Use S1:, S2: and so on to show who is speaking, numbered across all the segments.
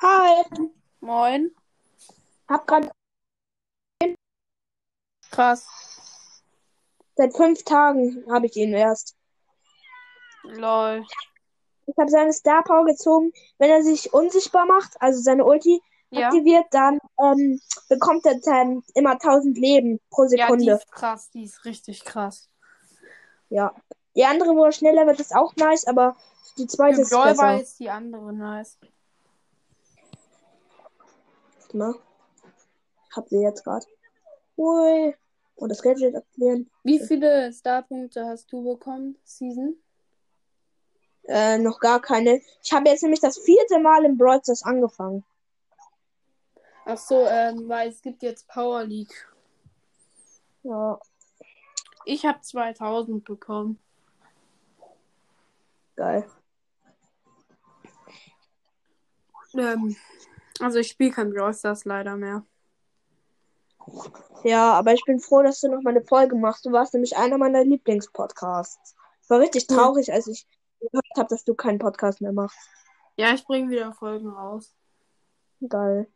S1: Hi,
S2: Moin.
S1: hab grad
S2: Krass.
S1: seit fünf Tagen habe ich ihn erst.
S2: Lol.
S1: Ich habe seine Star Power gezogen. Wenn er sich unsichtbar macht, also seine Ulti
S2: Ja,
S1: aktiviert, dann ähm, bekommt er dann immer 1000 Leben pro
S2: ja, die
S1: Sekunde.
S2: ist krass. Die ist richtig krass.
S1: Ja. Die andere, wo er schneller wird, ist auch nice, aber die
S2: Für
S1: zweite ist
S2: Brawl war
S1: besser.
S2: jetzt die andere nice.
S1: Warte mal. Hab sie ne? jetzt grad. Ui. Und das Gadget aktivieren.
S2: Wie viele Starpunkte hast du bekommen, Season?
S1: Äh, noch gar keine. Ich habe jetzt nämlich das vierte Mal im Brawl Stars angefangen.
S2: Ach so, ähm, weil es gibt jetzt Power League.
S1: Ja,
S2: Ich habe 2000 bekommen.
S1: geil.
S2: Ähm, also ich spiele kein Brawl Stars leider mehr.
S1: Ja, aber ich bin froh, dass du noch mal eine Folge machst. Du warst nämlich einer meiner Lieblingspodcasts. Ich war richtig
S2: Hm.
S1: traurig, als ich gehört habe, dass du keinen Podcast mehr machst.
S2: Ja, ich bringe wieder Folgen raus.
S1: Geil.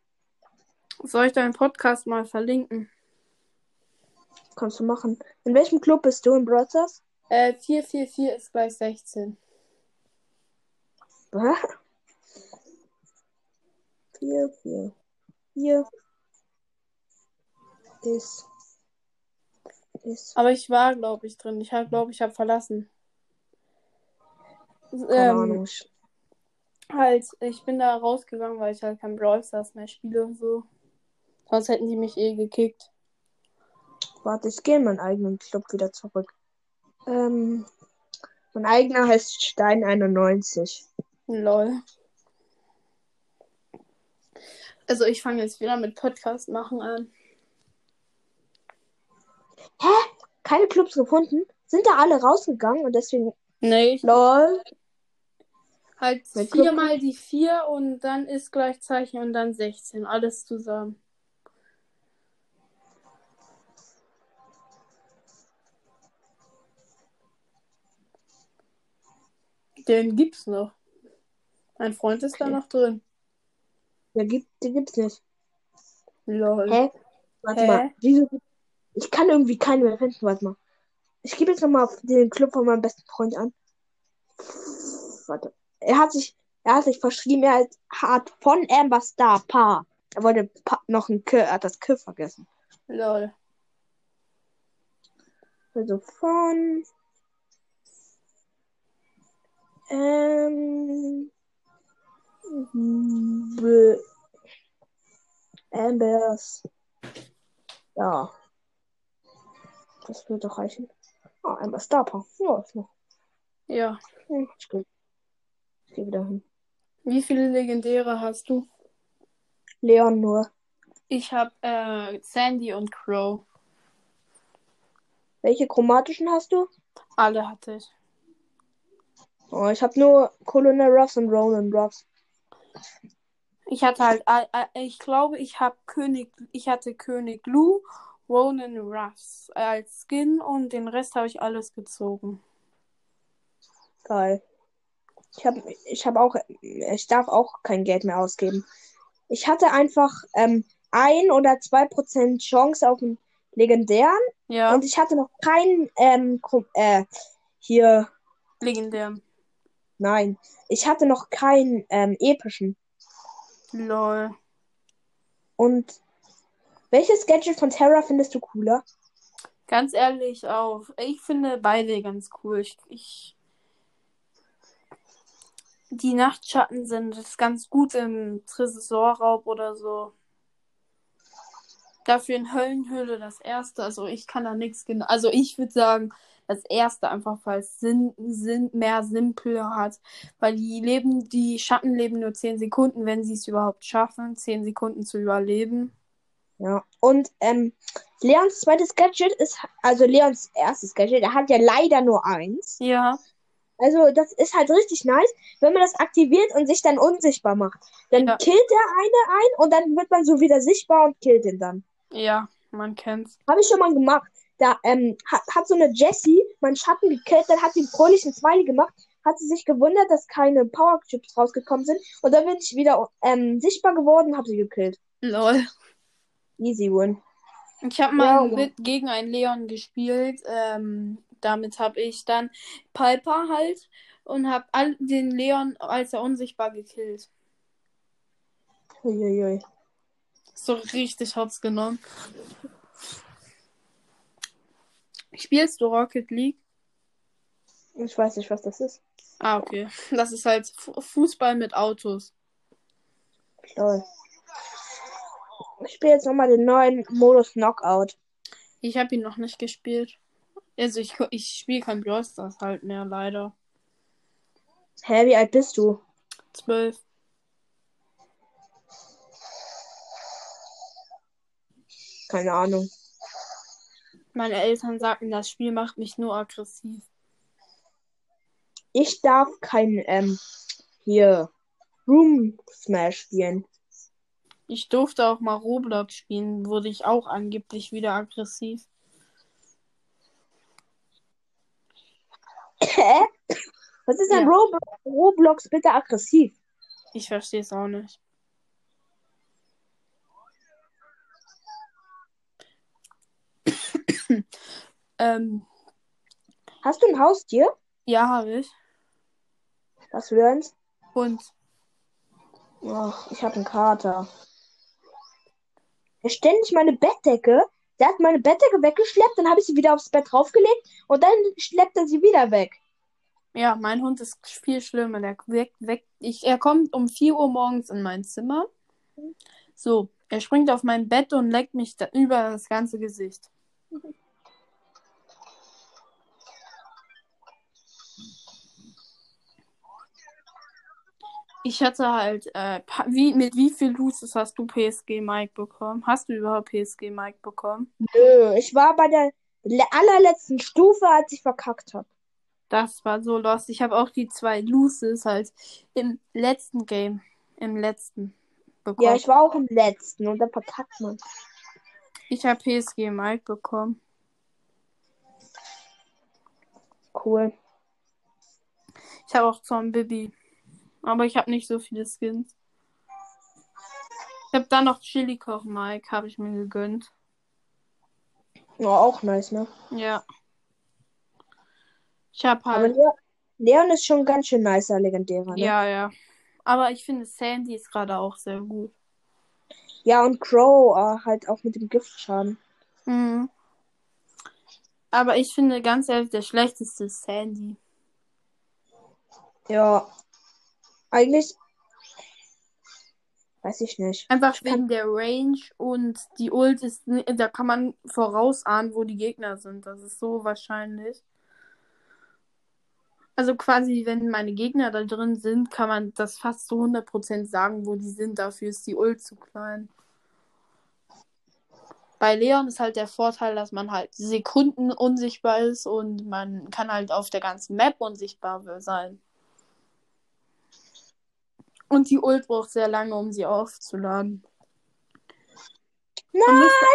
S2: Soll ich deinen Podcast mal verlinken?
S1: Kannst du machen. In welchem Club bist du in Brawl Stars?
S2: Äh, 444 ist bei 16.
S1: Hä? Vier, vier. Hier ist, ist,
S2: Aber ich war, glaube ich, drin. Ich habe, glaube ich, habe verlassen.
S1: keine
S2: Ähm,
S1: Ahnung. Ich-
S2: halt, ich bin da rausgegangen, weil ich halt kein Brawl Stars mehr spiele und so. Sonst hätten die mich eh gekickt.
S1: Warte, ich gehe in meinen eigenen Club wieder zurück. Ähm, mein eigener heißt Stein 91.
S2: Lol. Also ich fange jetzt wieder mit Podcast machen an.
S1: Hä? Keine Clubs gefunden? Sind da alle rausgegangen und deswegen.
S2: Nee, ich
S1: Lol.
S2: halt
S1: Mein Club.
S2: viermal die vier und dann ist Gleichzeichen und dann 16. Alles zusammen. Den gibt's noch. Mein Freund ist da
S1: Okay.
S2: noch drin.
S1: Ja, gibt, die gibt's nicht.
S2: Lol.
S1: Hä? Warte mal.
S2: Hä?
S1: Wieso? Ich kann irgendwie keinen mehr finden. Warte mal. Ich gebe jetzt nochmal den Club von meinem besten Freund an. Warte. Er hat sich, er hat sich verschrieben, er hat hat von Amber Star Paar. Er wollte Pa- noch ein K, er hat das K vergessen.
S2: Lol.
S1: Also von, ähm, B- Ambers. Ja, das wird doch reichen. Ah, Amber Star Paar. Ja, ist noch.
S2: Ja.
S1: Hm, ich geh, ich geh wieder hin.
S2: Wie viele Legendäre hast du?
S1: Leon nur.
S2: Ich habe äh, Sandy und Crow.
S1: Welche chromatischen hast du?
S2: Alle hatte ich.
S1: Oh, ich habe nur Colonel Ruffs und Ronan Ruffs.
S2: Ich hatte halt, all- all- ich glaube, ich habe König, ich hatte König Lou, Ronan Ruffs äh, als Skin und den Rest habe ich alles gezogen.
S1: Geil. Ich habe ich hab auch, ich darf auch kein Geld mehr ausgeben. Ich hatte einfach ähm, ein oder zwei Prozent Chance auf einen legendären
S2: Ja,
S1: und ich hatte noch keinen ähm, Chrom- äh, hier,
S2: legendär.
S1: nein, ich hatte noch keinen ähm, epischen.
S2: Lol.
S1: Und welches Gadget von Terra findest du cooler?
S2: Ganz ehrlich auch. Ich finde beide ganz cool. Ich, ich, die Nachtschatten sind ist ganz gut im Tresorraub oder so. Dafür in Höllenhöhle das erste. Also ich kann da nichts genau. Also ich würde sagen, das erste einfach, weil es Sinn, Sinn, mehr simpel hat. Weil die leben, die Schatten leben nur 10 Sekunden, wenn sie es überhaupt schaffen, 10 Sekunden zu überleben.
S1: Ja, und ähm, Leons zweites Gadget ist, also Leons erstes Gadget, er hat ja leider nur eins.
S2: Ja.
S1: Also das ist halt richtig nice, wenn man das aktiviert und sich dann unsichtbar macht. Dann
S2: Ja.
S1: killt der eine ein und dann wird man so wieder sichtbar und killt ihn dann.
S2: Ja, man kennt's.
S1: Habe ich schon mal gemacht. Da ähm, hat, hat so eine Jessie meinen Schatten gekillt, dann hat sie einen fröhlichen Smiley gemacht, hat sie sich gewundert, dass keine Power Cubes rausgekommen sind. Und dann bin ich wieder ähm, sichtbar geworden und habe sie gekillt.
S2: Lol.
S1: Easy win.
S2: Ich habe mal
S1: Ja, ja.
S2: mit, gegen einen Leon gespielt. Ähm, damit habe ich dann Piper halt und habe all, den Leon, als er unsichtbar gekillt.
S1: Uiuiui.
S2: So richtig hops genommen. Spielst du Rocket League?
S1: Ich weiß nicht, was das ist.
S2: Ah, okay. Das ist halt Fu- Fußball mit Autos.
S1: Lol. Ich spiele jetzt nochmal den neuen Modus Knockout.
S2: Ich habe ihn noch nicht gespielt. Also ich, gu- ich spiele kein Brawl Stars halt mehr, leider.
S1: Hä, wie alt bist du?
S2: Zwölf.
S1: Keine Ahnung.
S2: Meine Eltern sagten, das Spiel macht mich nur aggressiv.
S1: Ich darf kein, ähm, hier Room Smash spielen.
S2: Ich durfte auch mal Roblox spielen, wurde ich auch angeblich wieder aggressiv.
S1: Hä? Was ist denn
S2: Ja.
S1: Roblox, Roblox bitte aggressiv?
S2: Ich verstehe es auch nicht. ähm,
S1: Hast du ein Haustier?
S2: ja, habe ich.
S1: Was für eins?
S2: Und
S1: Ach, ich habe einen Kater. Der ständig meine Bettdecke. Der hat meine Bettdecke weggeschleppt, dann habe ich sie wieder aufs Bett draufgelegt und dann schleppt er sie wieder weg.
S2: ja, mein Hund ist viel schlimmer. Der weckt, weckt, ich, er kommt um 4 Uhr morgens in mein Zimmer. So, er springt auf mein Bett und leckt mich da über das ganze Gesicht. Ich hatte halt, äh, pa- wie, mit wie viel Loses hast du PSG Mike bekommen? Hast du überhaupt PSG Mike bekommen?
S1: Nö, ich war bei der le- allerletzten Stufe, als ich verkackt habe.
S2: Das war so lost. Ich habe auch die zwei Loses halt im letzten Game, im letzten bekommen.
S1: Ja, ich war auch im letzten und dann verkackt man.
S2: Ich habe PSG Mike bekommen.
S1: Cool.
S2: Ich habe auch Zombibi. Aber ich habe nicht so viele Skins. Ich habe dann noch Chili Koch Mike, habe ich mir gegönnt.
S1: Ja, auch nice, ne?
S2: Ja. Ich habe
S1: Aber
S2: halt.
S1: Leon, Leon ist schon ganz schön nicer, legendärer, ne?
S2: Ja, ja. Aber ich finde Sandy ist gerade auch sehr gut.
S1: Ja, und Crow äh, halt auch mit dem Giftschaden.
S2: Mhm. Aber ich finde ganz ehrlich, der schlechteste ist Sandy.
S1: Ja. Eigentlich. Weiß ich nicht.
S2: Einfach wegen der Range und die Ult ist, ni- da kann man vorausahnen, wo die Gegner sind. Das ist so wahrscheinlich. Also quasi, wenn meine Gegner da drin sind, kann man das fast zu 100% sagen, wo die sind. Dafür ist die Ult zu klein. Bei Leon ist halt der Vorteil, dass man halt Sekunden unsichtbar ist und man kann halt auf der ganzen Map unsichtbar sein. Und die Ult braucht sehr lange, um sie aufzuladen.
S1: Nein,
S2: Man müsste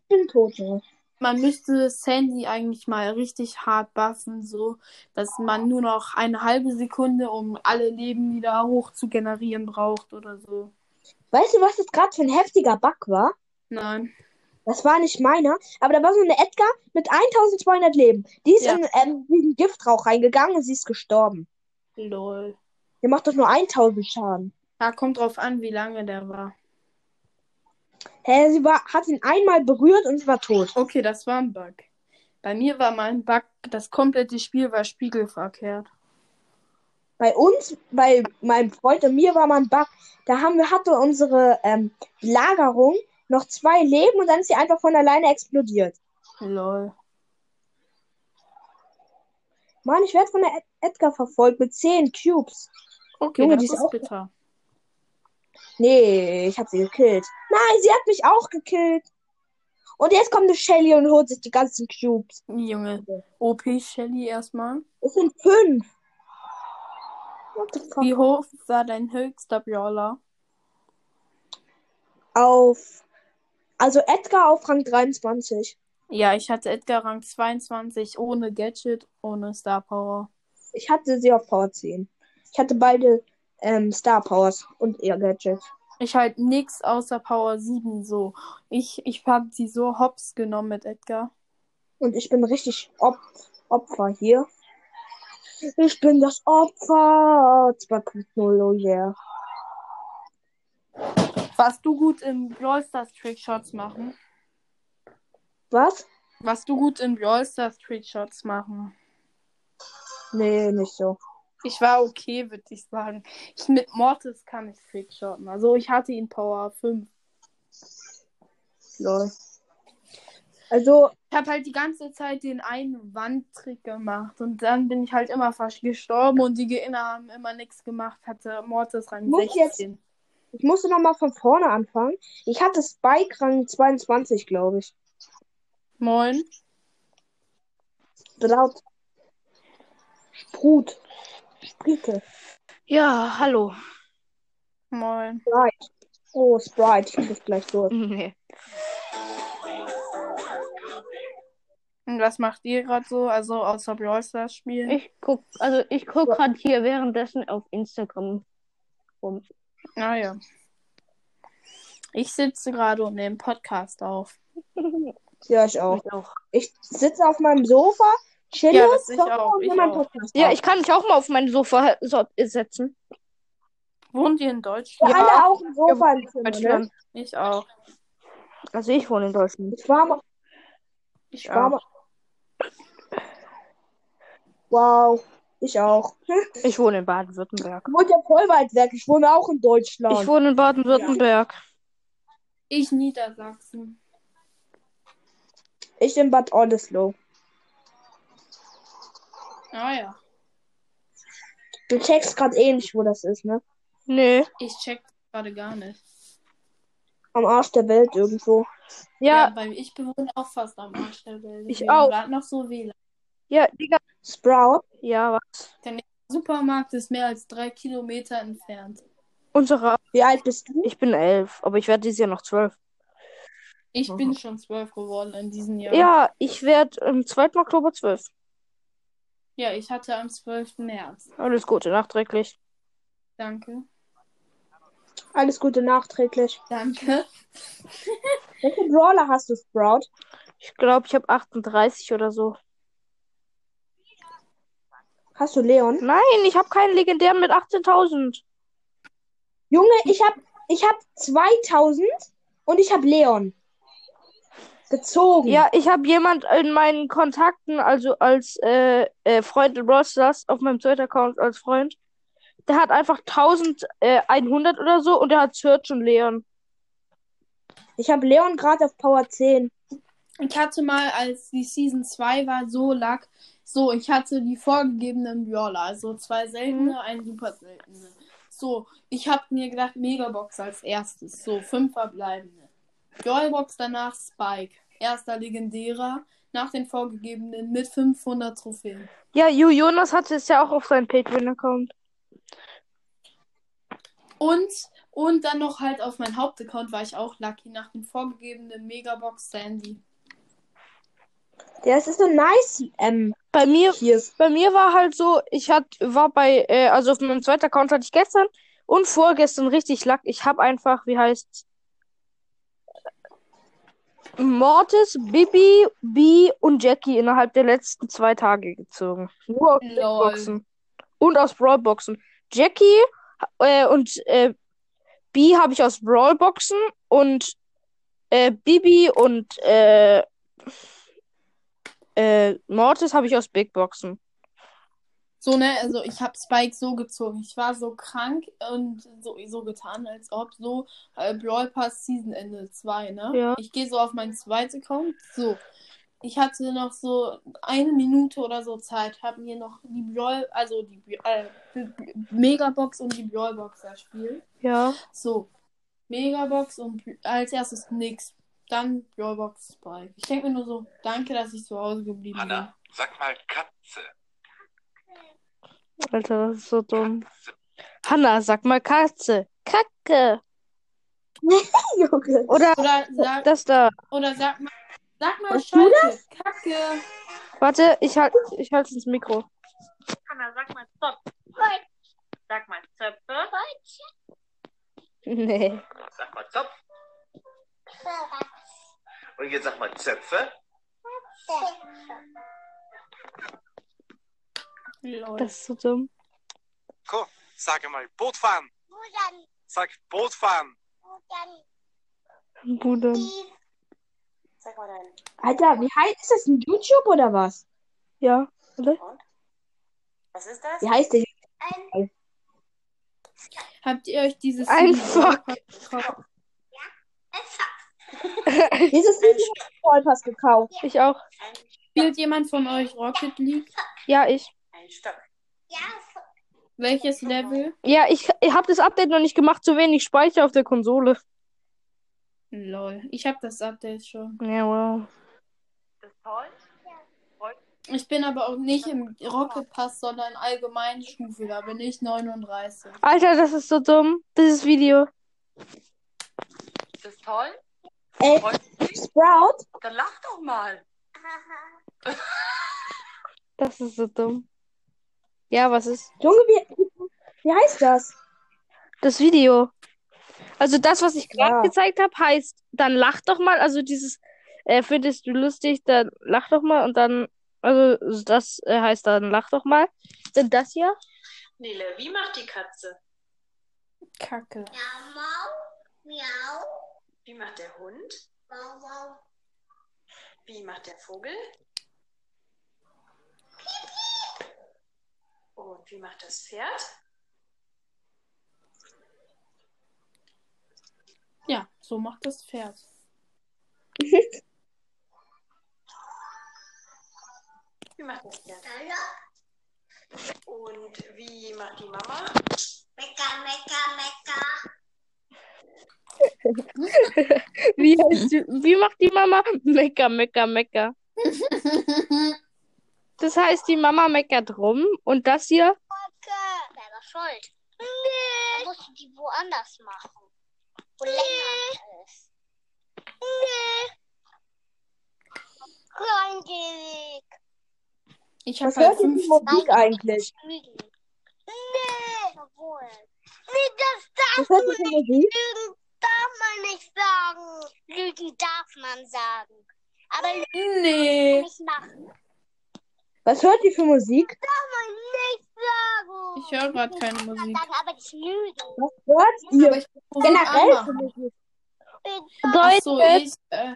S1: ich bin tot. Ja.
S2: Man müsste Sandy eigentlich mal richtig hart buffen, so dass man nur noch eine halbe Sekunde, um alle Leben wieder hoch zu generieren, braucht oder so.
S1: Weißt du, was das gerade für ein heftiger Bug war?
S2: Nein.
S1: Das war nicht meiner, aber da war so eine Edgar mit 1200 Leben. Die ist
S2: Ja.
S1: in ähm, diesen Giftrauch reingegangen und sie ist gestorben.
S2: Lol.
S1: Der macht doch nur 1000 Schaden.
S2: Ja, kommt drauf an, wie lange der war.
S1: Hä, sie war, hat ihn einmal berührt und sie war tot.
S2: Okay, das war ein Bug. Bei mir war mein Bug, das komplette Spiel war spiegelverkehrt.
S1: Bei uns, bei meinem Freund und mir war mal ein Bug. Da haben wir, hatte unsere ähm, Lagerung noch zwei Leben und dann ist sie einfach von alleine explodiert.
S2: Lol.
S1: Mann, ich werde von der Ed Edgar verfolgt mit 10 Cubes.
S2: Okay,
S1: Junge,
S2: das
S1: die ist
S2: ist
S1: auch-
S2: bitter.
S1: Nee, ich habe sie gekillt. Nein, sie hat mich auch gekillt. Und jetzt kommt eine Shelly und holt sich die ganzen Cubes.
S2: Junge. OP Shelly erstmal.
S1: Es sind fünf. What the fuck?
S2: Wie hoch war dein höchster Brawler?
S1: Auf. Also Edgar auf Rang 23.
S2: Ja, ich hatte Edgar Rang 22 ohne Gadget, ohne Star Power.
S1: ich hatte sie auf Power 10. Ich hatte beide ähm, Star Powers und ihr Gadget.
S2: Ich halt nix außer Power 7 so. Ich, ich hab sie so hops genommen mit Edgar.
S1: Und ich bin richtig Op Opfer hier. Ich bin das Opfer 2.0, oh yeah.
S2: Warst du gut im Brawl Stars Trickshots machen?
S1: Was?
S2: Warst du gut in Brawl Stars Trickshots machen?
S1: Nee, nicht so.
S2: Ich war okay, würde ich sagen. Ich, mit Mortis kann ich Trickshotten. Also ich hatte ihn Power 5.
S1: Lol. Also,
S2: Ich habe halt die ganze Zeit den einen Wandtrick gemacht und dann bin ich halt immer fast gestorben und die Gegner haben immer nichts gemacht, hatte Mortis Rang
S1: Muss
S2: 16.
S1: ich musste nochmal von vorne anfangen. Ich hatte Spike Rang 22, glaube ich.
S2: Moin.
S1: Blaut. Sprut. Sprite.
S3: Ja, hallo.
S2: Moin.
S1: Oh, Sprite. Ich muss gleich durch.
S3: Nee.
S2: Und was macht ihr gerade so? Also außer Brawl Stars spielen?
S3: Ich guck, also ich guck gerade hier währenddessen auf Instagram rum.
S2: Naja. Ah, Ich sitze gerade und nehme Podcast auf.
S1: Ja, ich auch.
S3: Ich auch.
S1: Ich sitze auf meinem Sofa, chille,
S2: Ja, das ich
S1: zocke
S2: auch,
S1: und
S2: ich
S1: nehme meinen
S2: auch.
S1: Podcast
S3: Ja,
S1: auf.
S3: ich kann mich auch mal auf mein Sofa so setzen.
S2: Wohnt ihr in
S1: Wir
S2: Deutschland?
S3: Ja.
S1: alle auch ein Sofa im Zimmer, ne?
S3: Deutschland.
S2: Ich auch.
S3: Also ich wohne in Deutschland.
S1: Ich war mal,
S2: Ich
S1: ich war
S2: auch.
S1: mal. Wow, ich auch.
S3: Ich wohne in Baden-Württemberg.
S1: Ich wohne ja voll weit weg. Ich wohne auch in Deutschland.
S3: Ich wohne in Baden-Württemberg.
S2: Ich Niedersachsen.
S1: Ich in Bad Oldesloe.
S2: Naja.
S1: Du checkst gerade eh nicht, wo das ist, ne?
S3: Nee.
S2: Ich check gerade gar nicht.
S1: Am Arsch der Welt irgendwo.
S3: Ja,
S2: weil ich bewohne auch fast am Arsch der Welt.
S3: Ich
S2: Deswegen
S3: auch.
S2: bleibt noch so WLAN.
S3: ja, Digga.
S1: Sprout.
S3: Ja, was?
S2: Supermarkt ist mehr als drei Kilometer entfernt.
S3: Unsere.
S1: Wie alt bist du?
S3: Ich bin elf, aber ich werde dieses Jahr noch zwölf.
S2: Ich
S3: Mhm.
S2: bin schon zwölf geworden in diesem Jahr.
S3: Ja, ich werde am 2. Oktober zwölf.
S2: ja, ich hatte am 12. März.
S3: Alles Gute, nachträglich.
S2: Danke.
S1: Alles Gute nachträglich.
S2: Danke.
S1: Welche Brawler hast du, Sprout?
S3: Ich glaube, ich habe 38 oder so.
S1: Hast du Leon?
S3: Nein, ich habe keinen legendären mit 18.000.
S1: Junge, ich hab, ich hab 2000 und ich hab Leon. Gezogen.
S3: Ja, ich habe jemand in meinen Kontakten, also als äh, äh, Freund in Brawl Stars, auf meinem Twitter-Account als Freund. Der hat einfach 1100 oder so und der hat Search und Leon.
S1: Ich hab Leon gerade auf Power 10.
S2: Ich hatte mal, als die Season 2 war, so lag. So, ich hatte die vorgegebenen Brawler, also zwei seltene, ein super seltene. So, ich habe mir gedacht, Megabox als erstes, so fünf verbleibende. Brawlbox danach Spike, erster legendärer, nach den vorgegebenen mit 500 Trophäen.
S3: Ja, Ju Jonas hatte es ja auch auf seinem Patreon-Account.
S2: Und, und dann noch halt auf meinem Hauptaccount war ich auch lucky, nach den vorgegebenen Megabox Sandy.
S1: Das ist eine nice ähm,
S3: Bei mir
S1: hier. ist-
S3: Bei mir war halt so, ich hat, war bei, äh, also auf meinem zweiten Account hatte ich gestern und vorgestern richtig Lack. Ich habe einfach, wie heißt Mortis, Bibi, Bee und Jackie innerhalb der letzten zwei Tage gezogen. Nur aus
S2: Lol.
S3: Brawlboxen. Und aus Brawlboxen. Jackie äh, und äh, Bee habe ich aus Brawlboxen und äh, Bibi und äh, äh, Mortis habe ich aus Bigboxen.
S2: So, ne, also ich habe Spike so gezogen. Ich war so krank und so, so getan, als ob so äh, Brawl Pass Season Ende 2, ne?
S3: Ja.
S2: Ich gehe so auf meinen zweiten Account. So. Ich hatte noch so eine Minute oder so Zeit, habe mir noch die Brawl, also die Bra- äh, B- B- Megabox und die Brawlbox erspielt.
S3: Ja.
S2: So. Megabox und Br- als erstes nix. Dann Brawlbox Spike. Ich denke mir nur so, danke, dass ich zu Hause geblieben
S4: Hanna, sag mal Katze.
S3: Alter, das ist so dumm.
S4: Katze.
S3: Hanna, sag mal Katze. Kacke.
S1: Junge.
S3: Oder
S2: bin. Oder sag,
S3: das da.
S2: Oder sag mal, sag mal
S1: Hast du
S2: Schalke. Kacke.
S3: Warte, ich halt ich halte ins halt Mikro.
S5: Hanna, sag mal Stopp. Nein. Sag mal Zöpfe. Nein.
S3: Nee.
S4: Sag mal Zopf. Und jetzt sag mal Zöpfe.
S2: Lol.
S3: Das ist so dumm.
S6: Sag mal Boot fahren. Sag Boot fahren.
S3: Bruder.
S5: Sag mal dein.
S1: Alter, wie heißt ist das? Ein YouTube oder was?
S3: Ja.
S5: Was ist das?
S1: Wie heißt der?
S2: Habt ihr euch dieses
S3: Ein
S2: Lied
S3: Fuck.
S2: gekauft?
S1: Dieses Vollpass gekauft.
S3: Ich auch.
S2: Spielt jemand von euch Rocket League?
S3: Ja, ich.
S5: Ein Stock.
S2: Welches Level?
S3: Ja, ich, ich habe das Update noch nicht gemacht. Zu wenig Speicher auf der Konsole.
S2: Lol. Ich habe das Update schon.
S3: Ja, wow.
S5: Das Toll?
S2: Ich bin aber auch nicht im Rocket Pass, sondern Allgemeinstufe. Da bin ich 39.
S3: Alter, das ist so dumm. Dieses Video.
S5: Das Toll?
S1: Ey, Sprout?
S5: Dann lach doch mal.
S3: Das ist so dumm. Ja, was ist?
S1: Junge, wie, wie heißt das?
S3: Das Video. Also das, was ich gerade
S1: Ja.
S3: gezeigt habe, heißt, dann lach doch mal. Also dieses, äh, findest du lustig, dann lach doch mal. Und dann, also das äh, heißt dann lach doch mal. Denn das hier?
S5: Nele, wie macht die Katze?
S2: Kacke.
S5: Wie macht der Hund? Wie macht der Vogel? Und wie macht das Pferd?
S2: Ja, so macht das Pferd.
S5: Wie macht das Pferd? Und wie macht die Mama?
S3: Wie, heißt die, wie macht die Mama? Mecker, mecker, mecker. Das heißt, die Mama meckert rum. Und das hier?
S7: Selber schuld. Nee. Musst du die woanders machen. Wo länger ist. Nee. Gründig.
S2: Ich habe
S1: Was
S2: halt
S1: hört ihr für
S2: 15.
S1: Musik eigentlich?
S7: Lügen. Nee. Jawohl. Nee, das
S1: Was
S7: darf
S1: hört ihr für Musik?
S7: Lügen darf man nicht sagen. Lügen darf man sagen. Aber Lügen
S2: Nee.
S7: nicht machen.
S1: Was hört ihr für Musik?
S7: Darf man nicht sagen.
S2: Ich höre gerade keine Musik.
S7: Sagen, aber nicht lügen.
S1: Was hört
S2: Aber
S1: ihr
S2: ich muss
S1: generell für
S2: anmachen.
S1: Musik?
S2: Ach
S3: Leute,
S2: so, ich äh,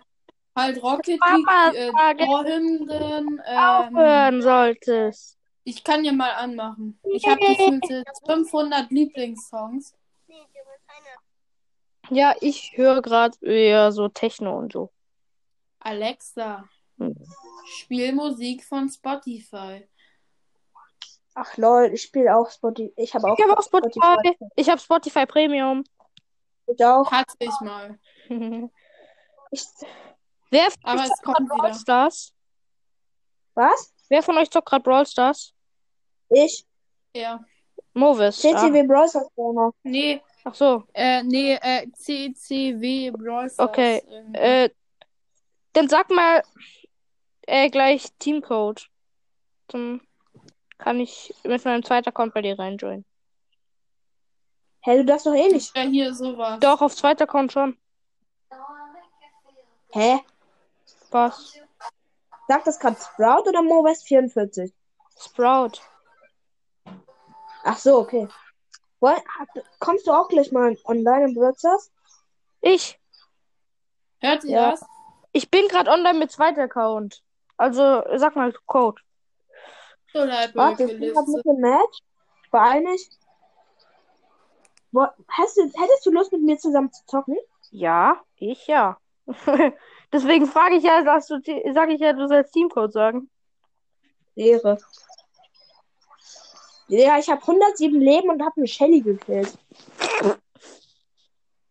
S2: halt Rocket
S3: Mama
S2: League äh,
S3: sagen.
S2: vorhin ähm,
S3: aufhören solltest.
S2: Ich kann ja mal anmachen. Ich habe gefühlte 500 Lieblingssongs.
S7: Nee, du musst eine
S3: Ja, ich höre gerade eher so Techno und so.
S2: Alexa, spiel Musik von Spotify.
S1: Ach lol, ich spiele auch Spotify. Ich habe auch,
S3: Ich habe auch Spotify. Ich habe Spotify Premium.
S1: Ich auch.
S2: Hatte ich mal.
S1: Ich,
S3: Wer von
S2: Aber
S3: euch
S2: es
S3: zockt
S2: kommt
S3: gerade Brawl
S2: wieder.
S3: Stars?
S1: was?
S3: Wer von euch zockt gerade Brawl Stars?
S1: Ich?
S2: Ja.
S3: Movis. Ah.
S1: CCW Bros. hat Gamer.
S2: Nee,
S3: Ach so.
S2: äh, nee, äh, CCW Brawl Stars.
S3: Okay,
S2: irgendwie.
S3: Äh, dann sag mal äh, gleich Teamcode. Dann kann ich mit meinem zweiten Account bei dir reinjoinen.
S1: Hä, du darfst doch eh nicht.
S2: ja, hier sowas.
S3: Doch, auf zweiter Account schon.
S1: Hä?
S3: Was?
S1: Sagt das gerade Sprout oder MoWest 44?
S3: Sprout.
S1: Ach so, okay. Woll- hab- Kommst du auch gleich mal online im Wirtshaus?
S3: Ich.
S2: Hört ihr
S1: Ja.
S2: das?
S3: Ich bin gerade online mit zweiter Account. Also sag mal Code.
S2: So, Leibwölfe
S1: Warte, ich bin grad
S2: Liste.
S1: mit dem Match. Beeil dich. Wo- Hast du, hättest du Lust, mit mir zusammen zu zocken?
S3: Ja, ich ja. Deswegen frage ich ja, dass du sage ich ja, du sollst Teamcode sagen.
S1: Ehre. Ja, ich habe 107 Leben und habe eine Shelly gekillt.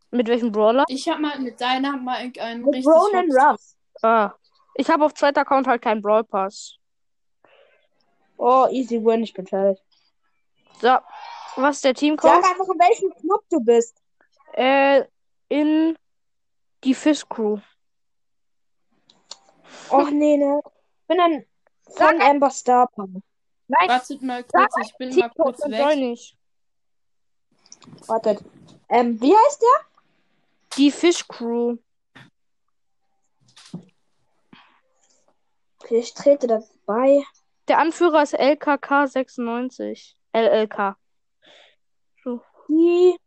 S3: Mit welchem Brawler?
S2: Ich habe mal mit deiner Mike einen
S1: Mit
S2: richtig.
S1: Ronan
S2: hops-
S1: Ruff.
S3: Ah. Ich habe auf zweiter Account halt keinen Brawl Pass.
S1: Oh, easy win, ich bin fertig.
S3: So. Was ist der Teamcode?
S1: Sag einfach, in welchem Club du bist.
S3: Äh, in die Fizz Crew.
S1: Och nee, ne. Ich bin ein von Amber Star. Power.
S3: Nein,
S2: Wartet mal kurz, ich bin mal
S3: TikTok
S2: kurz
S3: und soll
S2: weg.
S3: nicht.
S1: Wartet. Ähm, wie heißt der?
S3: Die Fischcrew.
S1: Okay, ich trete dabei.
S3: Der Anführer ist LKK 96. LLK.
S1: Die.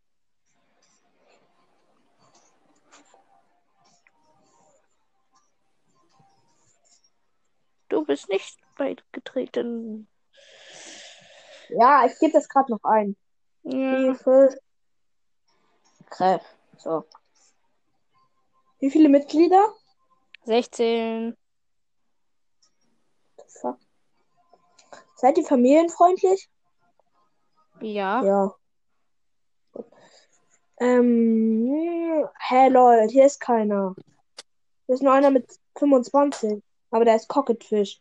S3: Du bist nicht beigetreten.
S1: Ja, ich gebe das gerade noch ein.
S3: Ja.
S1: Hilfe. Kräf. So. Wie viele Mitglieder?
S3: 16.
S1: Fuck. Seid ihr familienfreundlich?
S3: Ja.
S1: Ja. Ähm, hä, lol, hier ist keiner. Hier ist nur einer mit 25. Aber der ist Cocketfish.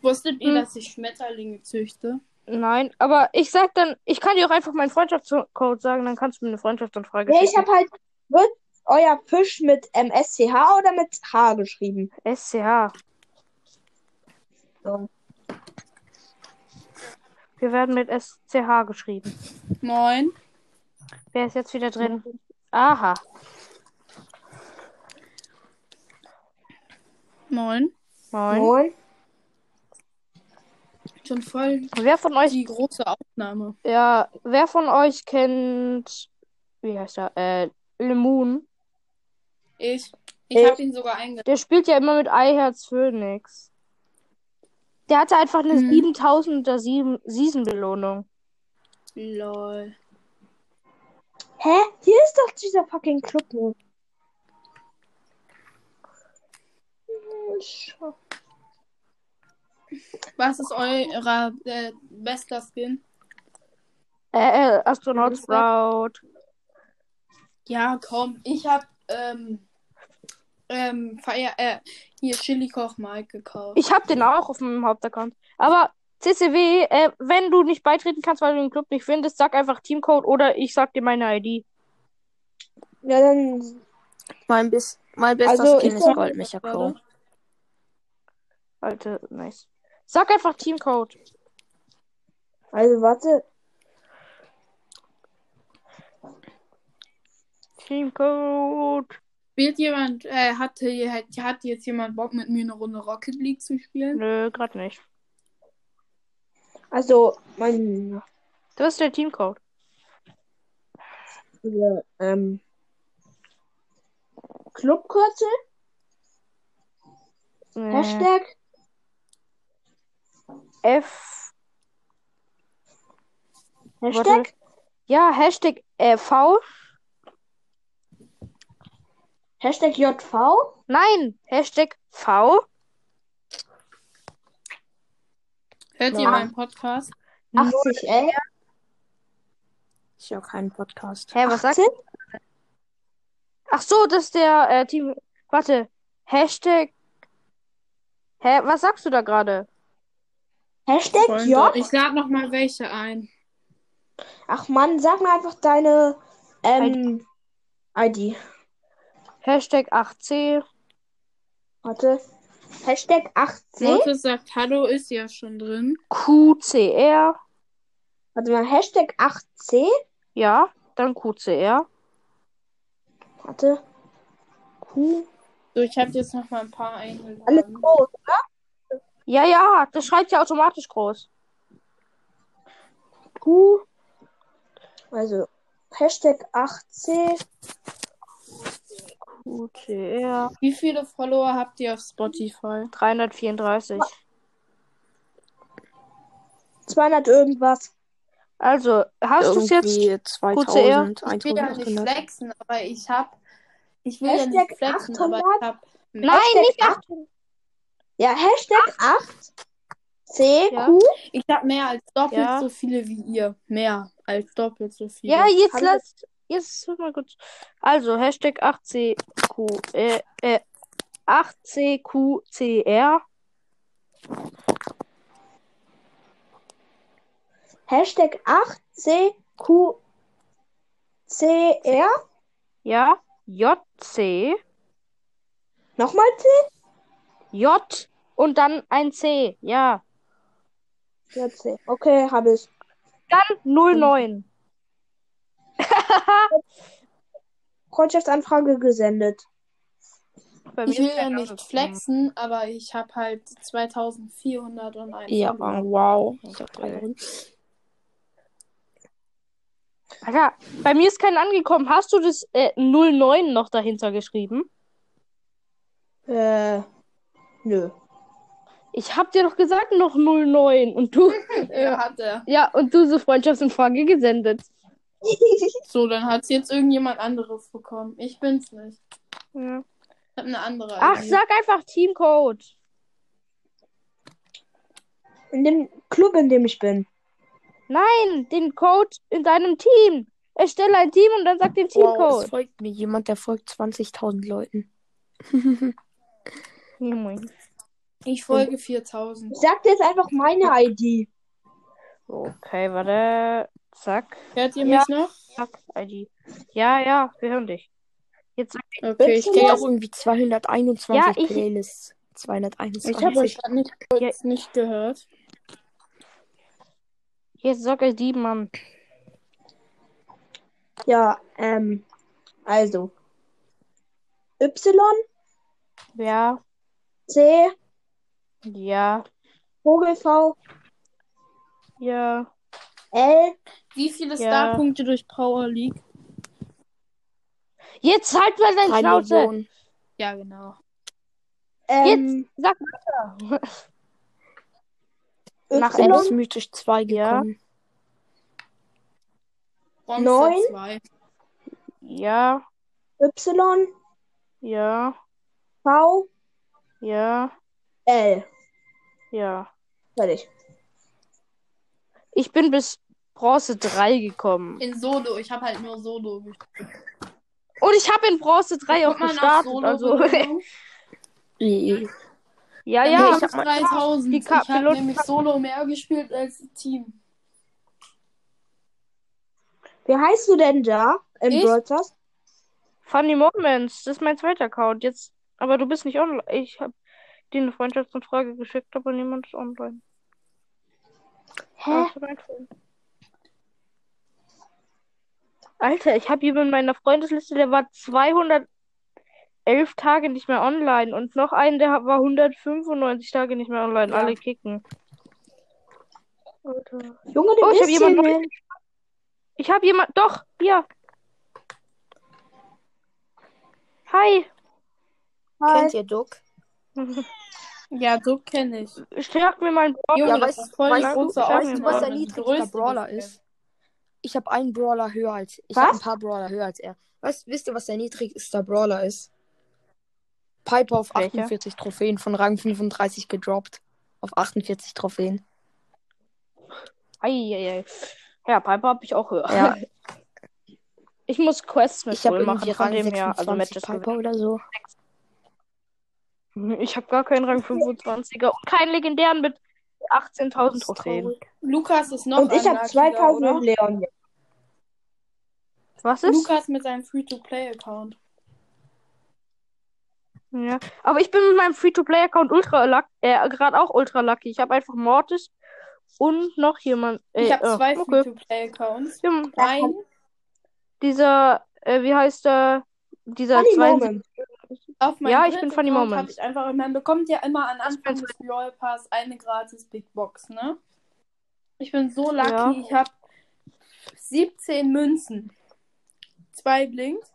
S2: Wusstet ihr,
S3: Hm.
S2: dass ich Schmetterlinge züchte?
S3: Nein, aber ich sag dann, ich kann dir auch einfach meinen Freundschaftscode sagen, dann kannst du mir eine Freundschaftsanfrage
S1: Nee, ich
S3: schicken.
S1: hab halt, wird euer Fisch mit MSCH oder mit H geschrieben?
S3: SCH.
S1: So.
S3: Wir werden mit SCH geschrieben.
S2: Moin.
S3: Wer ist jetzt wieder drin? Aha.
S2: Moin.
S3: Moin.
S1: Moin.
S2: Schon voll
S3: Wer von euch,
S2: die große Aufnahme.
S3: ja, wer von euch kennt, wie heißt er, äh, Lemoon?
S2: Ich. Ich
S1: Ich.
S2: habe ihn sogar eingeladen.
S3: Der spielt ja immer mit Eiherz Phoenix. Der hatte einfach eine
S2: Mhm.
S3: 7000er Sieben- Season-Belohnung.
S2: Lol.
S1: Hä? Hier ist doch dieser fucking Club. nur.
S2: Was ist eurer äh, bester Skin?
S3: Äh, äh, Astronaut Sprout.
S2: Ja, komm. Ich hab ähm, ähm, Feier, äh, hier Chili Koch Mike gekauft.
S3: Ich hab den auch auf meinem Hauptaccount. Aber CCW, äh, wenn du nicht beitreten kannst, weil du den Club nicht findest, sag einfach Teamcode oder ich sag dir meine ID.
S1: Ja, dann.
S8: Mein, bis, mein bester
S1: Also,
S8: Skin
S1: ich
S8: ist
S1: glaub-
S8: Goldmecher Crow.
S3: Alte, nice. Sag einfach Teamcode.
S1: Also, warte.
S3: Teamcode.
S2: Spielt jemand, äh, hatte, hat, hat jetzt jemand Bock mit mir eine Runde Rocket League zu spielen?
S3: Nö, grad nicht.
S1: Also, mein.
S3: Das ist der Teamcode.
S1: Diese, ähm, Clubkürzel,
S3: Äh,
S1: Hashtag,
S3: F.
S1: Hashtag,
S3: Ja, Hashtag äh, V.
S1: Hashtag JV,
S3: Nein, Hashtag V.
S2: Hört ihr
S1: Ja.
S2: meinen Podcast?
S1: 80L,
S8: Ich höre keinen Podcast.
S3: Hä, was sagst du? Ach so, das ist der äh, Team. Warte. Hashtag. Hä, was sagst du da gerade?
S1: Hashtag
S2: Freunde,
S1: J.
S2: ich lade noch mal welche ein.
S1: Ach Mann, sag mir einfach deine, ähm, ID.
S3: Hashtag 8C.
S1: Warte. Hashtag
S3: Hm?
S1: 8C.
S2: Notis sagt Hallo ist ja schon drin.
S3: QCR.
S1: Warte mal, Hashtag 8C.
S3: Ja, dann QCR.
S1: Warte. Q.
S2: So, ich habe jetzt noch mal ein paar eingeladen.
S1: Alles groß.
S3: Ja, ja, das schreibt ja automatisch groß.
S1: Q. Also, Hashtag 8C.
S3: QCR.
S2: Wie viele Follower habt ihr auf Spotify?
S3: 334.
S1: 200 irgendwas.
S3: Also, hast du es jetzt?
S8: Irgendwie 2000,
S2: Ich will ja nicht
S8: 1800.
S2: flexen, aber ich habe ich will ja
S1: Hashtag
S2: nicht flexen, aber ich
S1: 800?
S2: habe
S3: Nein, nicht 8.
S1: Ja, Hashtag 8C.
S3: Ja.
S1: Q.
S2: ich habe mehr als doppelt
S3: Ja.
S2: so viele wie ihr, mehr als doppelt so viele.
S3: Ja, jetzt
S1: Hallo.
S3: lass. Jetzt hör mal gut. Also, Hashtag 8CQ. Äh, äh, 8CQCR.
S1: Hashtag 8CQCR.
S3: Ja. JC.
S1: Nochmal C.
S3: J. Und dann ein C. Ja.
S1: 14. Okay, habe ich.
S3: Dann 09.
S1: Freundschaftsanfrage gesendet.
S3: Bei
S2: Ich
S3: ist
S2: will
S3: halt
S2: ja
S3: kein
S2: nicht
S3: Auto.
S2: flexen, aber ich habe halt 2401.
S8: Ja,
S2: verloren.
S8: wow. Ich hab drei drin.
S3: Alter, bei mir ist kein angekommen. Hast du das äh, 09 noch dahinter geschrieben?
S1: Äh, nö.
S3: Ich hab dir doch gesagt noch 09 und du
S2: Ja, Äh, hat er.
S3: ja und du so Freundschaftsanfrage gesendet.
S2: So, dann hat es jetzt irgendjemand anderes bekommen. Ich bin's nicht.
S3: Ja.
S2: Ich habe eine andere.
S3: Ach,
S2: ID.
S3: sag einfach Teamcode.
S1: In dem Club, in dem ich bin.
S3: Nein, den Code in deinem Team. Erstelle ein Team und dann sag den
S8: Wow, es
S3: Teamcode.
S8: folgt mir jemand, der folgt 20.000 Leuten.
S3: Ja, moin.
S2: Ich folge 4000.
S1: Ich sag dir jetzt einfach meine ID.
S3: Okay, warte. Zack.
S2: Hört ihr
S3: Ja.
S2: mich noch?
S3: Zack, ID. Ja, ja, wir hören dich. Jetzt sag
S2: Okay, ich
S8: Es
S1: Bitte
S8: gibt
S2: gehe
S8: auch irgendwie 221
S3: Ja, ich-
S8: Playlists. 221.
S2: Ich habe euch gerade nicht, kurz nicht gehört.
S3: jetzt sag ID, Mann.
S1: Ja, ähm, also. Y,
S3: Ja,
S1: C,
S3: ja,
S1: Vogel V,
S3: ja.
S1: L.
S2: Wie viele
S3: Ja.
S2: Starpunkte durch Power League?
S3: Jetzt halt mal deine
S8: Drei
S3: Schnauze.
S8: Millionen.
S2: Ja, genau.
S1: Ähm,
S3: Sag
S8: Nach
S1: Y,
S8: Alice Mythisch 2
S3: Ja.
S8: gekommen.
S2: Bronze
S1: Neun?
S2: 2.
S3: Ja,
S1: Y,
S3: ja,
S1: V,
S3: ja,
S1: L.
S3: ja.
S1: Fertig.
S3: Ich bin bis Bronze 3 gekommen.
S2: In Solo. Ich habe halt nur Solo. gespielt.
S3: Und ich habe in Bronze 3 auch
S2: Guck mal
S3: gestartet.
S2: Solo
S3: Also,
S2: Belohnung.
S8: I-
S3: ja,
S2: Dann
S3: ja.
S2: bin
S3: Ich
S2: ich
S3: hab
S2: auf 3000.
S3: die
S2: Ich
S3: Ka-
S2: habe
S3: Pilot-
S2: nämlich Solo mehr gespielt als Team.
S1: Wie heißt du denn da? In
S2: Ich?
S1: Broadcast?
S3: Funny Moments, das ist mein zweiter Account. Jetzt, aber du bist nicht online. Ich habe dir eine Freundschaftsanfrage geschickt, aber niemand ist online. Ah,
S1: Hä?
S3: Aber es wird einfallen. Alter, ich habe jemanden in meiner Freundesliste, der war 211 Tage nicht mehr online und noch einen, der war 195 Tage nicht mehr online.
S2: Ja.
S3: Alle kicken. Alter.
S1: Junge, du
S3: Oh, ich hab
S1: bist hier
S3: jemanden neu-
S1: nicht.
S3: Ich habe jemand. Doch, hier. Hi.
S1: Hi.
S8: Kennt ihr Duck?
S2: Ja, so kenne ich.
S3: Stärk mir mein Board.
S2: Junge,
S8: Ja,
S2: das
S8: weißt-
S2: ist voll die
S8: weißt du-
S2: große
S3: weißt du,
S2: Ausnahme.
S3: was
S8: der
S2: Die
S8: niedrigste
S2: größte, die
S8: Brawler
S2: es
S8: ist? Ich habe einen Brawler höher als. Ich
S3: Was?
S8: habe ein paar Brawler höher als er. Weißt, wisst ihr, was der niedrigste Brawler ist? Piper auf
S3: Welcher?
S8: 48 Trophäen von Rang 35 gedroppt. Auf 48 Trophäen.
S3: Eieiei. Ja, Piper habe ich auch höher.
S8: Ja,
S3: Ich muss Quests mit
S8: ich habe
S3: Bull
S8: irgendwie
S3: machen, von
S8: Rang
S3: dem her.
S8: 26
S3: Also Matches
S8: Piper oder so.
S3: gewinnen. Ich habe gar keinen Rang 25er und keinen legendären mit 18.000
S8: Das ist
S3: Trophäen.
S8: traurig.
S2: Lukas ist noch
S1: Und ich habe
S2: unluckier,
S1: 2000
S2: oder?
S1: mit Leon. jetzt.
S3: Was ist?
S2: Lukas mit seinem Free-to-Play-Account.
S3: Ja. Aber ich bin mit meinem Free-to-Play-Account ultra luck, äh, gerade auch ultra lucky. Ich habe einfach Mortis und noch jemand. Äh,
S2: Ich habe
S3: äh,
S2: zwei
S3: okay.
S2: Free-to-Play-Accounts.
S3: Ja,
S2: Ein,
S3: dieser, äh, wie heißt der? Dieser
S1: Funny
S3: 72.
S1: Moment.
S2: auf meinem
S3: Ja, ich
S2: dritten
S3: bin Funny
S2: Account habe
S3: Moments.
S2: ich einfach, man bekommt ja immer an
S3: Das ist mein
S2: Anfang des LOL Pass eine gratis Big Box, ne? Ich bin so lucky,
S3: Ja.
S2: ich habe 17 Münzen. Zwei Blinks.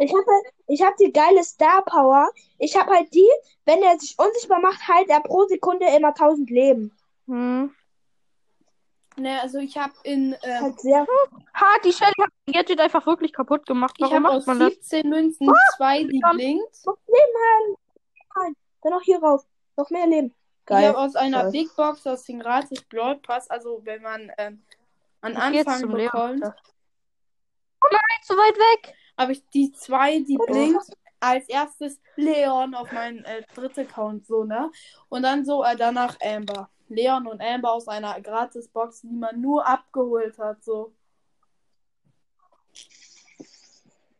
S1: Ich habe ich hab die geile Star Power. Ich habe halt die, wenn er sich unsichtbar macht, halt er pro Sekunde immer 1000 Leben.
S3: Hm.
S2: Ne, also ich habe in,
S1: Das ist
S2: äh,
S1: halt sehr.
S3: Ha, die Shelly hat den Gadget einfach wirklich kaputt gemacht.
S2: ich
S3: Warum
S2: habe aus
S3: macht man das? Ah,
S2: 17 Münzen zwei, die
S3: verdammt.
S2: blinkt.
S1: Dann noch hier rauf. Noch mehr Leben.
S2: Ich
S1: Geil.
S2: habe aus einer
S1: Geil.
S2: Big Box aus dem gratis Broad Pass, also wenn man ähm, an
S3: Ich geh jetzt
S2: Anfang
S3: zum Lehrer.
S2: bekommt,
S3: Alter. Oh nein, zu weit weg.
S2: habe ich die zwei, die blinkt, als erstes Leon auf meinen äh, dritten Account, so, ne? Und dann so äh, danach Amber. Leon und Amber aus einer gratis Box, die man nur abgeholt hat, so.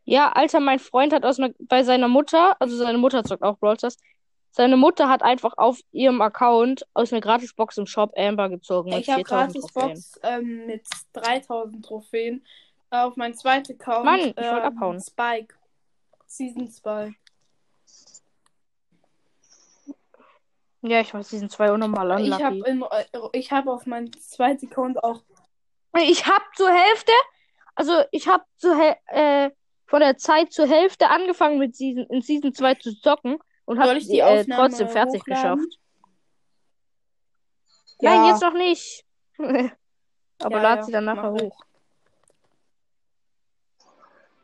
S3: Ja, Alter, mein Freund hat aus einer, bei seiner Mutter, also seine Mutter zockt auch Brawl Stars, Seine Mutter hat einfach auf ihrem Account aus einer Gratisbox im Shop Amber gezogen mit
S2: Ich habe
S3: 4000 Trophäen.
S2: Gratisbox ähm, mit 3000 Trophäen. Auf mein zweiten Account.
S3: Mann, ich wollt
S2: ähm,
S3: abhauen.
S2: Spike. Season 2.
S3: Ja, ich weiß, die sind zwei unnormal
S2: Ich
S3: unlucky.
S2: habe hab auf meinem zweiten Account auch.
S3: Ich habe zur Hälfte, also ich habe zur Häl- äh, von der Zeit zur Hälfte angefangen mit Season, in Season 2 zu zocken und
S2: Soll
S3: habe
S2: ich die
S3: äh,
S2: Aufnahme
S3: trotzdem 40
S2: hochladen?
S3: geschafft.
S1: Ja.
S3: Nein, jetzt noch nicht. Aber
S2: Ja,
S3: lad
S2: ja,
S3: sie dann nachher
S2: mach ich.
S3: hoch.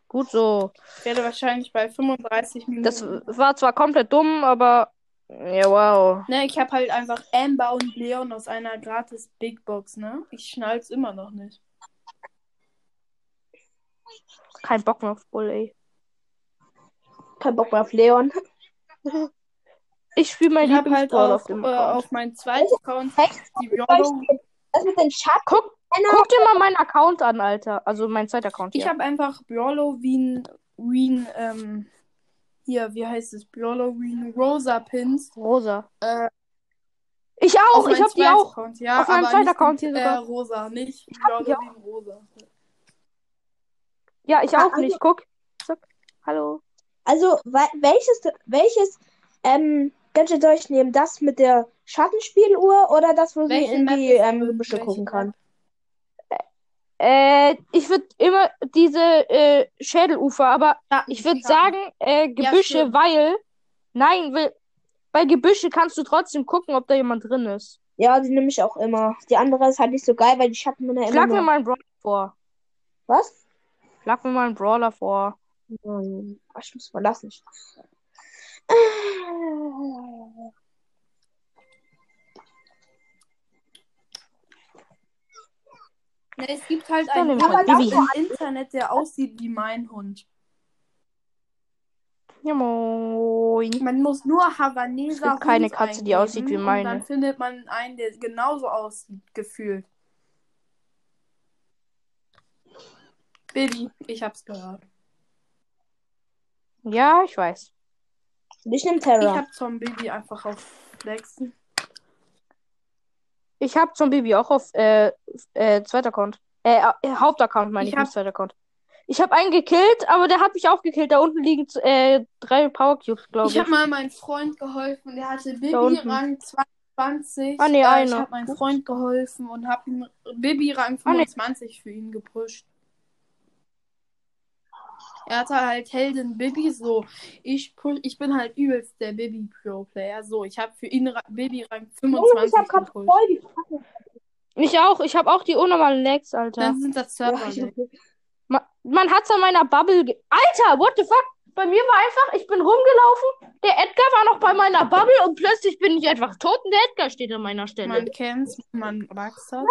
S3: Gut so.
S2: Ich werde wahrscheinlich bei 35 Minuten.
S3: Das war zwar komplett dumm, aber ja, wow.
S2: Ne, ich habe halt einfach Amber und Leon aus einer gratis Big Box, ne? Ich schnall's immer noch nicht.
S3: Kein Bock mehr auf Bull, ey.
S1: Kein Bock mehr auf Leon.
S3: Ich spiele mein
S2: Ich habe halt
S3: Lieblingsball
S2: auf,
S3: auf dem
S2: äh,
S3: Account. Oh,
S2: auf meinen zweiten Account die Robo.
S1: Das mit den Schatten.
S3: Guck, guck dir mal meinen Account an, Alter. Also mein zweiter Account hier.
S2: Ich habe einfach Brawlo wie ein, wie ein, ähm, hier, wie heißt es? Brawlo wie ein Rosa Pins.
S3: Rosa.
S2: Äh,
S3: Ich auch,
S2: auf
S3: ich
S2: meinem
S3: hab die
S2: zweiten
S3: auch.
S2: Account, ja,
S3: Auf meinem
S2: aber
S3: zweiten
S2: nicht
S3: Account
S2: mit,
S3: hier sogar.
S2: Äh, Rosa, nicht Brawlo wie ein Rosa.
S3: Ja, ich
S1: Ah,
S3: auch
S1: also-
S3: nicht. Guck. Zack. Hallo.
S1: Also, we- welches, welches ähm, Gadget soll ich nehmen? Das mit der Schattenspieluhr oder das, wo sie
S2: Welche
S1: in
S2: Map
S1: die
S2: ist
S1: ähm,
S2: denn-
S1: Gebüsche
S2: welche
S1: gucken kann?
S3: Äh, ich würde immer diese äh, Schädelufer, aber ich würde sagen äh, Gebüsche,
S2: stimmt.
S3: weil nein, weil bei Gebüsche kannst du trotzdem gucken, ob da jemand drin ist.
S1: Ja, die nehme ich auch immer. Die andere ist halt nicht so geil, weil die Schatten immer
S3: Schlag mir
S1: nur-
S3: mal einen Brawler vor.
S1: Was?
S3: Schlag mir mal einen Brawler vor.
S1: Hm, ach, ich muss mal lassen.
S2: Ne, es gibt halt
S3: Dann
S2: einen
S3: nehm ich mal
S2: Hund
S3: Bibi.
S2: im Internet, der aussieht wie mein Hund.
S3: Ja, moin.
S2: Man muss nur
S3: Es
S2: Havanesa
S3: gibt keine
S2: Hund
S3: Katze, die aussieht
S2: eingeben
S3: wie
S2: Und
S3: meine.
S2: dann findet man einen, der genauso aussieht, gefühlt. Baby, ich hab's gehört.
S3: Ja, ich weiß.
S1: Ich nehme
S2: Ich
S1: Terra.
S2: hab zum Baby einfach auf Flexen.
S3: Ich habe zum Bibi auch auf äh, äh, zweiter Account. Äh, äh, Hauptaccount meine
S2: Ich
S3: ich,
S2: hab-
S3: nicht zweiter Account. Ich habe einen gekillt, aber der hat mich auch gekillt. Da unten liegen z- äh, drei Power Cubes, glaube ich.
S2: Ich habe mal meinem Freund geholfen, der hatte Bibi
S3: unten.
S2: Rang 22.
S3: Ah, nee,
S2: äh, ich
S3: einer.
S2: habe meinem Freund geholfen und habe ihm Bibi Rang
S3: Ah, nee.
S2: 25 für ihn gepusht. Er hatte halt Helden Bibi so. Ich push, ich bin halt übelst der Bibi Pro Player so. Ich habe für ihn Ra Bibi Rang
S1: Junge, Oh, ich
S2: 25
S1: hab grad
S2: gepusht.
S1: voll die Kacke.
S3: Ich auch. Ich habe auch die unnormalen Lags, Alter.
S2: Dann sind das
S1: Ja,
S2: Server. ne?
S1: ich-
S3: Ma man hat's an meiner Bubble. Ge Alter, what the fuck? Bei mir war einfach, ich bin rumgelaufen. Der Edgar war noch bei meiner Bubble und plötzlich bin ich einfach tot und der Edgar steht an meiner Stelle.
S2: man kennt's, man mag's das.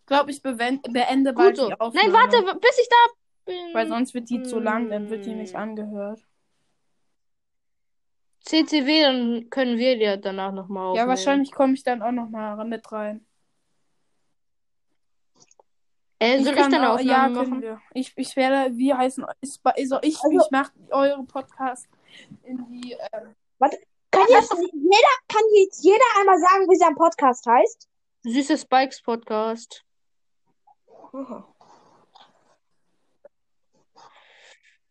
S2: Ich glaube, ich bewen- beende
S3: Gut
S2: bald
S3: so.
S2: die
S3: Nein,
S2: Aufnahme.
S3: warte, w- bis ich da bin.
S2: Weil sonst wird die zu lang, dann wird die nicht
S3: Hm.
S2: angehört.
S3: CCW, dann können wir dir danach nochmal aufnehmen.
S2: Ja, wahrscheinlich komme ich dann auch nochmal mit rein.
S3: Äh, soll ich,
S2: kann
S3: dann eine
S2: auch-
S3: Aufnahme
S2: ja,
S3: machen?
S2: können wir. Ich, ich werde, wir heißen, ist, also ich,
S1: Also-
S2: ich mache eure Podcast in die, äh,
S1: Kann jetzt nicht jeder, kann jetzt jeder einmal sagen, wie sein Podcast heißt?
S3: Süße Spikes Podcast.
S1: Aha.